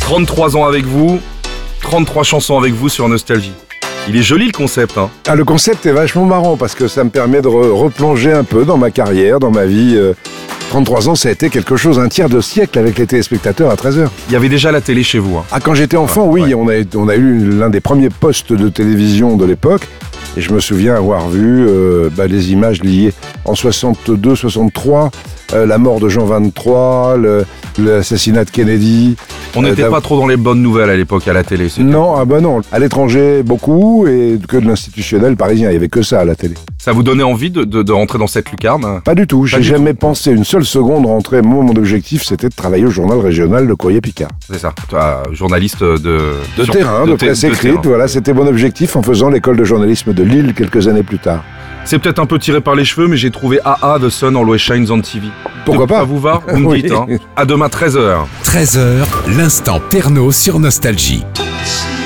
33 ans avec vous, 33 chansons avec vous sur Nostalgie. Il est joli le concept, hein Ah, le concept est vachement marrant parce que ça me permet de re- replonger un peu dans ma carrière, dans ma vie. euh, 33 ans, ça a été quelque chose, un tiers de siècle avec les téléspectateurs à 13h. Il y avait déjà la télé chez vous. hein. Ah, quand j'étais enfant, Ouais, oui, on, a, on a eu l'un des premiers postes de télévision de l'époque. Et je me souviens avoir vu euh, bah, les images liées en 62, 63, euh, la mort de Jean 23, le- l'assassinat de Kennedy. On Euh, n'était t'as- pas trop dans les bonnes nouvelles à l'époque à la télé. c'est- Non, ah bah non, à l'étranger beaucoup et que de l'institutionnel parisien. Il y avait que ça à la télé. Ça vous donnait envie de, de- de rentrer dans cette lucarne hein Pas du tout. J'ai du tout. jamais pensé une seule seconde rentrer. Moi, mon objectif, c'était de travailler au journal régional Le Courrier Picard. C'est ça. Toi, journaliste de. De sur- terrain, de, te- presse de écrite. terrain. Voilà, c'était mon objectif en faisant l'école de journalisme de Lille quelques années plus tard. C'est peut-être un peu tiré par les cheveux, mais j'ai trouvé AA The Sun Always Shines on TV. Pourquoi Ça pas vous va Vous me hein. Oui. dites. Hein. À demain 13h. 13h, l'instant Pernaud sur Nostalgie. See